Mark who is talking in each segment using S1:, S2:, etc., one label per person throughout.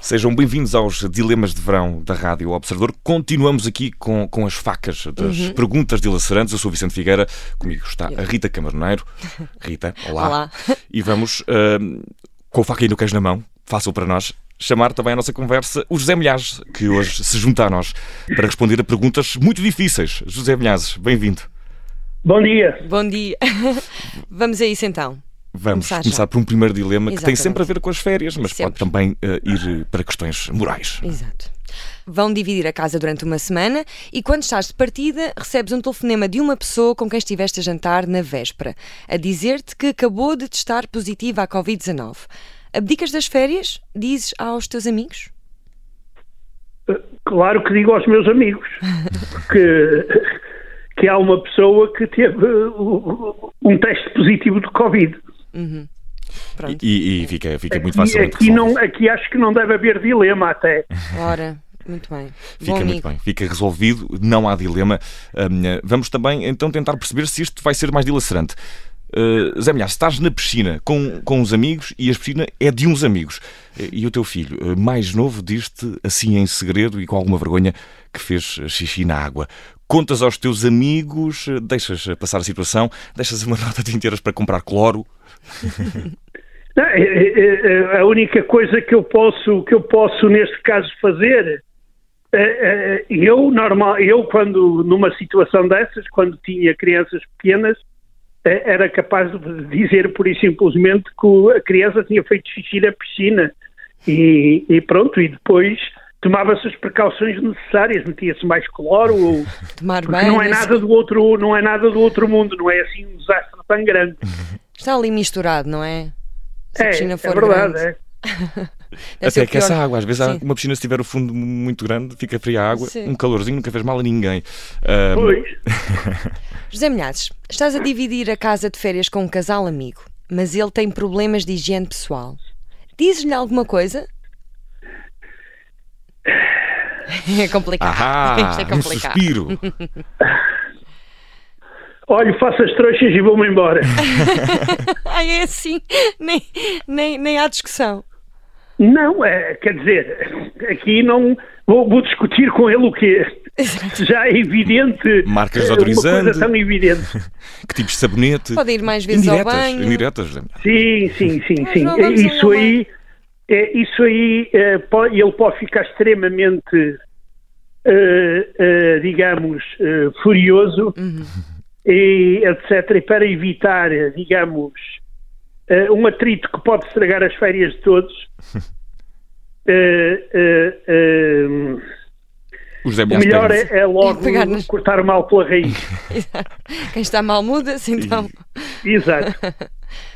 S1: Sejam bem-vindos aos Dilemas de Verão da Rádio Observador. Continuamos aqui com, com as facas das
S2: Uhum.
S1: perguntas dilacerantes. Eu sou o Vicente Figueira, comigo está a Rita Camarneiro. Rita, olá.
S2: Olá.
S1: E vamos, ah, com a faca e no queijo na mão, fácil para nós, chamar também à nossa conversa o José Milhazes, que hoje se junta a nós para responder a perguntas muito difíceis. José Milhazes, bem-vindo.
S3: Bom dia.
S2: Bom dia. Vamos a isso então.
S1: Vamos
S2: Começar já.
S1: começar, por um primeiro dilema que tem
S2: Exatamente.
S1: sempre a ver com as férias, mas pode
S2: Sempre.
S1: também ah, ir para questões morais.
S2: Exato. Vão dividir a casa durante uma semana e quando estás de partida recebes um telefonema de uma pessoa com quem estiveste a jantar na véspera, a dizer-te que acabou de testar positiva à Covid-19. Abdicas das férias? Dizes aos teus amigos?
S3: Claro que digo aos meus amigos que, que há uma pessoa que teve uh, um teste positivo de Covid.
S2: Pronto.
S1: E, e fica, fica É muito
S3: E
S1: facilmente
S3: aqui,
S1: resolvido.
S3: não, aqui acho que não deve haver dilema até.
S2: Ora, muito bem. Bom
S1: Fica muito
S2: amigo.
S1: bem, fica resolvido, não há dilema. Hum, vamos também então tentar perceber se isto vai ser mais dilacerante. Uh, Zé Milhar, estás na piscina com, com uns amigos e a piscina é de uns amigos. E, e o teu filho, eh, mais novo, diz-te assim em segredo e com alguma vergonha que fez xixi na água. Contas aos teus amigos, eh, deixas passar a situação, deixas uma nota de inteiras para comprar cloro.
S3: Não, é- é- é- A única coisa que eu posso, que eu posso neste caso fazer, é- é- eu normal, eu quando numa situação dessas, quando tinha crianças pequenas, é- era capaz de dizer por e simplesmente que o- a criança tinha feito xixi na piscina e, e pronto, e depois tomava-se as precauções necessárias, metia-se mais cloro ou
S2: Tomar
S3: porque
S2: banho.
S3: não é nada do outro, não é nada do outro mundo, não é assim um desastre tão grande.
S2: Está ali misturado, não é? Se a
S3: É,
S2: piscina
S3: é
S2: for
S3: verdade,
S2: grande.
S3: é.
S2: Deve ser
S1: Até
S2: o
S1: que essa
S2: pior.
S1: água, às vezes, há
S2: Sim.
S1: uma piscina, se tiver o fundo muito grande, fica fria a água,
S2: Sim.
S1: um calorzinho, nunca fez mal a ninguém. Hum,
S3: Pois.
S2: José Milhazes, estás a dividir a casa de férias com um casal amigo, mas ele tem problemas de higiene pessoal. Dizes-lhe alguma coisa? É complicado.
S1: Ahá,
S2: Isto é
S1: um
S2: complicado.
S1: suspiro.
S3: Olha, faço as trouxas e vou-me embora.
S2: Ai, é assim, nem, nem, nem há discussão.
S3: não, é, quer dizer, aqui não vou, vou discutir com ele o quê? Já é evidente.
S1: Marcas
S3: é,
S1: autorizando.
S3: Uma coisa tão evidente.
S1: Que tipos de sabonete?
S2: Pode ir mais vezes ao
S1: indiretas,
S2: banho.
S1: Indiretas,
S3: Sim, sim, sim,
S2: Mas
S3: sim.
S2: não
S3: É,
S2: vamos
S3: Isso
S2: ainda
S3: aí, é, isso aí é, po- ele pode ficar extremamente, eh, eh, digamos, eh, furioso,
S2: Uhum.
S3: e etc. E para evitar, eh, digamos, eh, um atrito que pode estragar as férias de todos. eh, eh, eh,
S1: O José
S3: o
S1: Milhas
S3: melhor
S1: pede-
S3: é, é logo
S2: Pegar nas-
S3: cortar mal pela raiz.
S2: Quem está mal muda-se, então.
S3: Exato.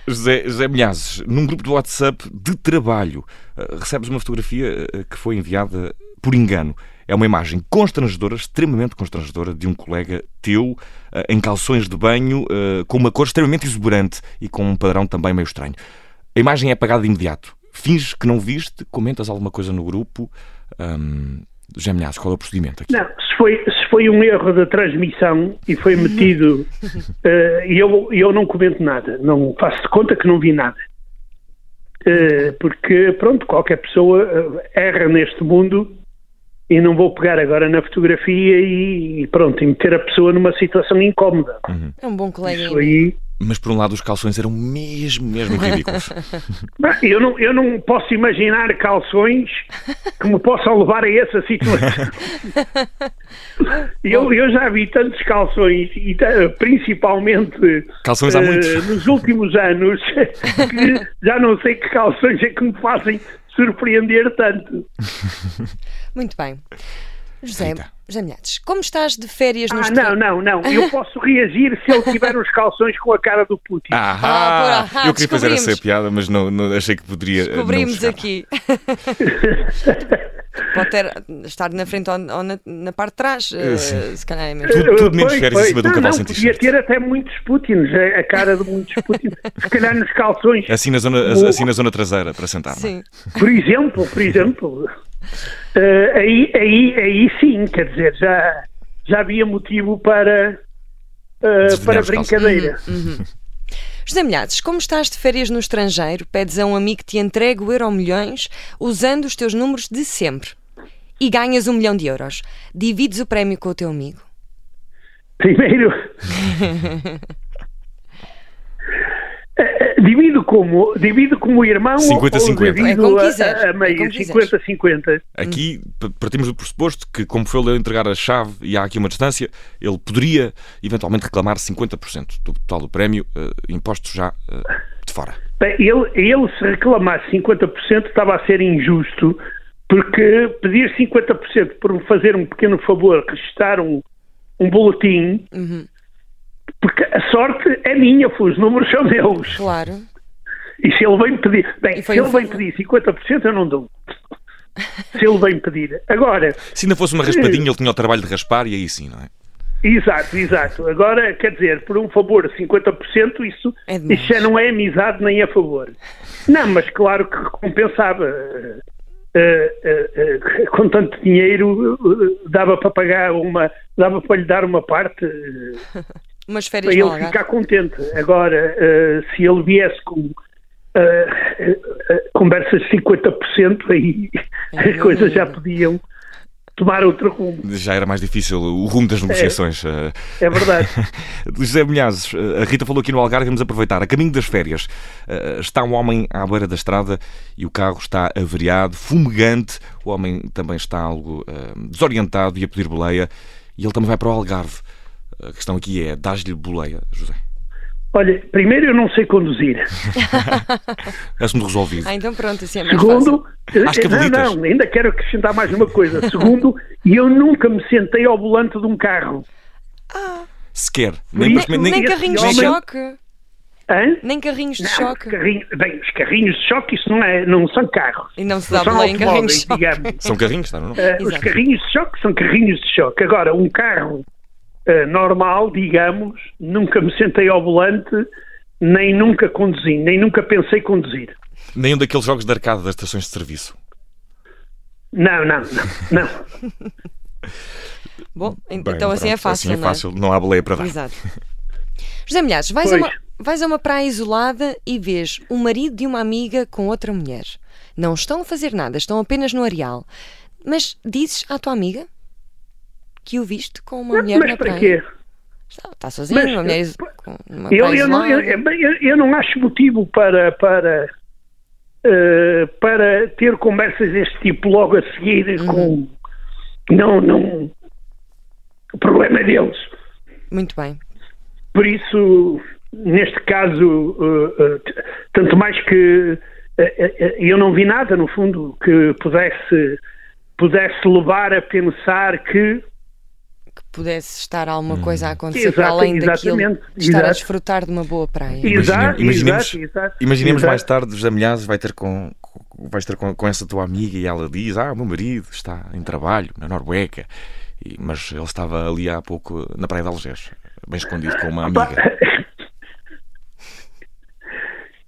S1: José, José Milhazes, num grupo do WhatsApp de trabalho, eh, recebes uma fotografia eh, que foi enviada por engano. É uma imagem constrangedora, extremamente constrangedora, de um colega teu eh, em calções de banho, eh, com uma cor extremamente exuberante e com um padrão também meio estranho. A imagem é apagada de imediato. Finges que não viste, comentas alguma coisa no grupo. Ahm, José Milhazes, qual é o procedimento aqui?
S3: Não, se foi, se foi um erro da transmissão e foi metido, eh, eu, eu não comento nada, não faço de conta que não vi nada. Eh, porque, pronto, qualquer pessoa eh, erra neste mundo e não vou pegar agora na fotografia e, e pronto, e meter a pessoa numa situação incómoda.
S2: É um bom colega.
S3: Isso aí.
S1: Mas por um lado, os calções eram mesmo, mesmo ridículos.
S3: Bem, Eu não, eu não posso imaginar calções que me possam levar a essa situação. Eu, eu já vi tantos calções, e ta- principalmente
S1: Calções há
S3: eh,
S1: muitos.
S3: nos últimos anos, que já não sei que calções é que me fazem surpreender tanto.
S2: Muito bem. José,
S1: Rita.
S2: José Milhazes, como estás de férias nos
S3: Ah, não, não, não. Eu posso reagir se ele tiver os calções com a cara do Putin.
S1: Ah,
S2: Ah, por- ah,
S1: eu queria fazer
S2: descobrimos.
S1: essa piada, mas não, não- achei que poderia. eh, não
S2: Cobrimos
S1: chegar.
S2: aqui. Pode ter, estar na frente ou, ou na, na parte de trás, eh,
S1: Sim.
S2: se calhar é mesmo.
S1: Tudo- tudo menos férias em cima de um
S3: Eh, não,
S1: cavalo sem
S3: não, podia
S1: t-shirt.
S3: ter até muitos Putins, eh, a a cara de muitos Putins. Se calhar nos calções
S1: Assim na zona, assim na zona traseira, para sentar. não é?
S2: Sim.
S3: Por exemplo, por exemplo, eh, aí, aí, aí sim, quer dizer, já, já havia motivo para, eh,
S1: Desdenhar
S3: para
S1: os calços. Uhum.
S3: brincadeira.
S2: José Milhazes, como estás de férias no estrangeiro, pedes a um amigo que te entregue o euro milhões usando os teus números de sempre e ganhas um milhão de euros. Divides o prémio com o teu amigo.
S3: Primeiro. Eh, eh, divido como, divido como irmão
S1: 50-50.
S3: ou
S2: É como
S3: divido
S2: quiseres,
S3: a, a
S2: é como
S3: meio,
S2: quiseres.
S3: 50-50.
S1: Aqui p- partimos do pressuposto que, como foi ele a entregar a chave e há aqui uma distância, ele poderia eventualmente reclamar 50% do total do prémio, eh, imposto já eh, de fora.
S3: Bem, Ele, ele se reclamasse 50% estava a ser injusto, porque pedir 50% por me fazer um pequeno favor, registrar um, um boletim,
S2: Uhum.
S3: porque a sorte é minha, os números são meus.
S2: Claro.
S3: E se ele vem pedir,
S2: E
S3: bem, se
S2: foi
S3: ele
S2: um
S3: vem
S2: favor.
S3: pedir 50% eu não dou. Se ele vem pedir. Agora,
S1: Se ainda fosse uma raspadinha, ele tinha o trabalho de raspar e aí sim, não é?
S3: Exato, exato. Agora, quer dizer, por um favor de 50%, isso,
S2: É demais.
S3: isso já não é amizade nem é favor. Não, mas claro que compensava. Eh, eh, eh, com tanto dinheiro eh, dava para pagar uma dava para lhe dar uma parte eh,
S2: Umas
S3: para
S2: férias no
S3: ele
S2: Algarve.
S3: ficar contente agora eh, se ele viesse com eh, eh, eh, conversas de 50% aí
S2: É
S3: as coisas já podiam tomar outro rumo
S1: Já era mais difícil o rumo das negociações. eh.
S3: é verdade
S1: José Milhazes, eh, a Rita falou aqui no Algarve, vamos aproveitar. A caminho das férias, eh, está um homem à beira da estrada e o carro está averiado, fumegante. O homem também está algo eh, desorientado e a pedir boleia. E ele também vai para o Algarve. A questão aqui é, dás-lhe boleia, José?
S3: olha primeiro eu não sei conduzir
S1: Assunto resolvido.
S2: Ah, então pronto, assim é mais fácil.
S3: Segundo,
S1: Às
S3: eh,
S1: cabritas.
S3: não, não, ainda quero acrescentar mais uma coisa. Segundo, eu nunca me sentei ao volante de um carro.
S1: Sequer.
S3: Nem-
S1: mas-
S2: Nem, um
S3: esse
S2: carrinhos de
S3: homem-
S2: choque.
S3: Hã?
S2: Nem carrinhos de
S3: Não,
S2: choque.
S3: os carrinhos- bem, os carrinhos de choque isso não, é, não são carros.
S2: E não se dá
S3: são
S2: boleia em Tá carrinhos de
S3: automóveis,
S2: choque.
S3: digamos.
S1: São carrinhos, está, não? é?
S3: Eh, os
S2: Exato.
S3: carrinhos de choque são carrinhos de choque. Agora, um carro eh, normal, digamos, nunca me sentei ao volante, nem nunca conduzi, nem nunca pensei conduzir.
S1: Nenhum um daqueles jogos de arcade das estações de serviço.
S3: Não, não, não, não.
S2: Bom, en-
S1: Bem,
S2: então assim é
S1: pronto,
S2: fácil,
S1: Assim é
S2: não é?
S1: fácil, não há boleia para dar.
S2: Exato. José Milhares, vais a,
S3: Pois.
S2: uma, vais a uma praia isolada e vês o marido de uma amiga com outra mulher. Não estão a fazer nada, estão apenas no areal. Mas dizes à tua amiga que o viste com uma mulher
S3: Mas
S2: na
S3: para
S2: praia.
S3: quê?
S2: Está, está sozinho,
S3: Mas,
S2: uma mulher iso-
S3: pois,
S2: com uma
S3: Eu,
S2: praia
S3: eu não, eu,
S2: isolada.
S3: bem, eu- eu não acho motivo para, para, eh, para ter conversas deste tipo logo a seguir com. Não, não. O problema é deles.
S2: Muito bem.
S3: Por isso, neste caso, eh, eh, t- tanto mais que eh, eh, eu não vi nada, no fundo, que pudesse, pudesse levar a pensar que
S2: Que pudesse estar alguma
S1: Hum.
S2: coisa a acontecer
S3: Exato,
S2: para além daquilo.
S3: exatamente,
S2: de Estar a
S3: exato.
S2: desfrutar de uma boa praia.
S3: Exato, exato,
S1: imaginemos,
S3: exato.
S1: imaginemos
S3: Exato.
S1: mais tarde, José Milhazes vai ter com. com- Vais ter com, com essa tua amiga e ela diz: Ah, o meu marido está em trabalho na Noruega, E- mas ele estava ali há pouco na Praia de Algés, bem escondido com uma amiga.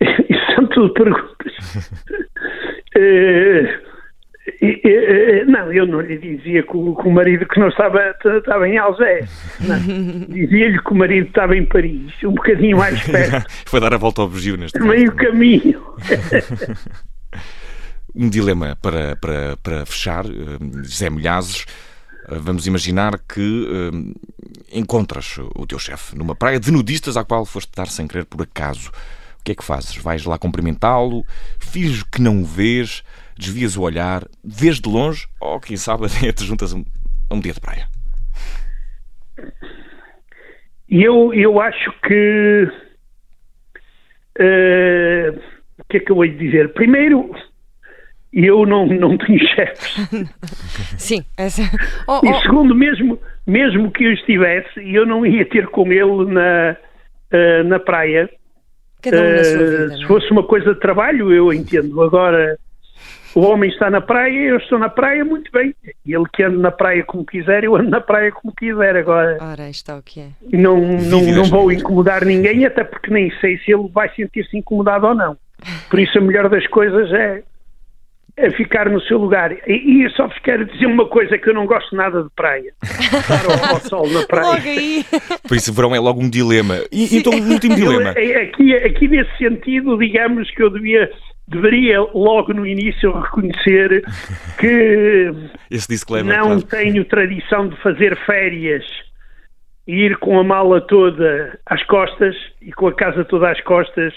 S3: Isso são tudo perguntas. Eh, eh, eh, não, eu não lhe dizia que o, que o marido que não estava, estava em Algés. não. Dizia-lhe que o marido estava em Paris, um bocadinho mais perto,
S1: Foi dar a volta ao Bugio neste
S3: meio
S1: caso.
S3: caminho.
S1: Um dilema para, para, para fechar, hum, José Milhazes. Uh, Vamos imaginar que hum, encontras o teu chefe numa praia de nudistas à qual foste dar sem querer por acaso. O que é que fazes? Vais lá cumprimentá-lo, finges que não o vês, desvias o olhar, vês de longe ou, quem sabe, até te juntas a um, a um dia de praia.
S3: E eu, eu acho que. eh, o que é que eu hei de dizer? Primeiro, eu não, não tenho chefes.
S2: Sim. Essa... Oh,
S3: E
S2: oh,
S3: segundo, mesmo, mesmo que eu estivesse, e eu não ia ter com ele na, eh, na praia.
S2: cada um na sua
S3: Eh,
S2: vida.
S3: se
S2: não é?
S3: fosse uma coisa de trabalho, eu entendo. Agora, o homem está na praia, eu estou na praia, muito bem. Ele que anda na praia como quiser, eu ando na praia como quiser. Agora,
S2: Ora, isto é o que é.
S3: não, não,
S1: Vive
S3: não
S1: as
S3: vou
S1: vidas.
S3: incomodar ninguém, até porque nem sei se ele vai sentir-se incomodado ou não. Por isso, a melhor das coisas é a ficar no seu lugar. E, e eu só vos quero dizer uma coisa, que eu não gosto nada de praia. Estar ao, ao sol na
S2: Logo
S3: praia.
S2: aí.
S1: Por isso, verão é logo um dilema. E, então, um último
S3: Eu,
S1: dilema.
S3: eh, aqui, aqui nesse sentido, digamos que eu devia, deveria logo no início reconhecer que
S1: Esse disclaimer.
S3: não
S1: claro.
S3: tenho tradição de fazer férias e ir com a mala toda às costas e com a casa toda às costas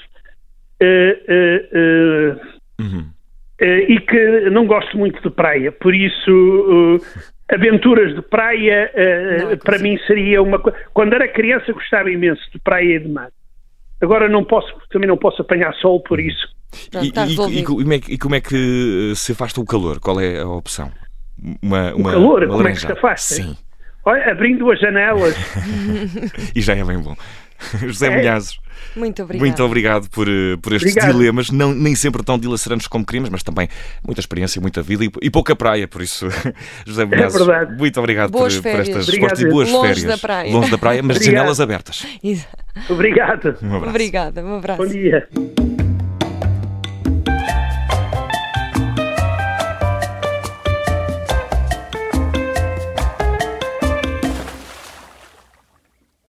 S3: eh, eh, eh,
S1: Uhum.
S3: eh, e que não gosto muito de praia, por isso eh, aventuras de praia eh,
S2: Não é
S3: para mim seria uma coisa. Quando era criança gostava imenso de praia e de mar. Agora não posso, também não posso apanhar sol por isso.
S1: E,
S2: Pronto, está
S1: e- e
S2: Tá, resolvido.
S1: como é que, e como é que eh, se afasta o calor? Qual é a opção? Uma, uma,
S3: calor?
S1: uma
S3: Como é que se
S1: laranjada.
S3: afasta?
S1: Sim,
S3: Olha, abrindo as janelas.
S1: e já é bem bom. José
S3: É.
S1: Milhazes,
S2: Muito obrigada.
S1: muito obrigado por, eh, por estes
S3: Obrigado.
S1: dilemas, não, nem sempre tão dilacerantes como queríamos, mas também muita experiência, muita vida e, e pouca praia, por isso, José Milhazes,
S3: É verdade.
S1: muito obrigado por,
S2: Boas
S1: por
S2: férias.
S1: estas
S3: Obrigado.
S1: respostas e boas
S2: Longe
S1: férias.
S2: da praia.
S1: Longe da praia, mas
S3: Obrigado.
S1: janelas abertas.
S2: Exato.
S3: Obrigado.
S1: Um abraço.
S2: Obrigada, um abraço.
S3: Bom dia.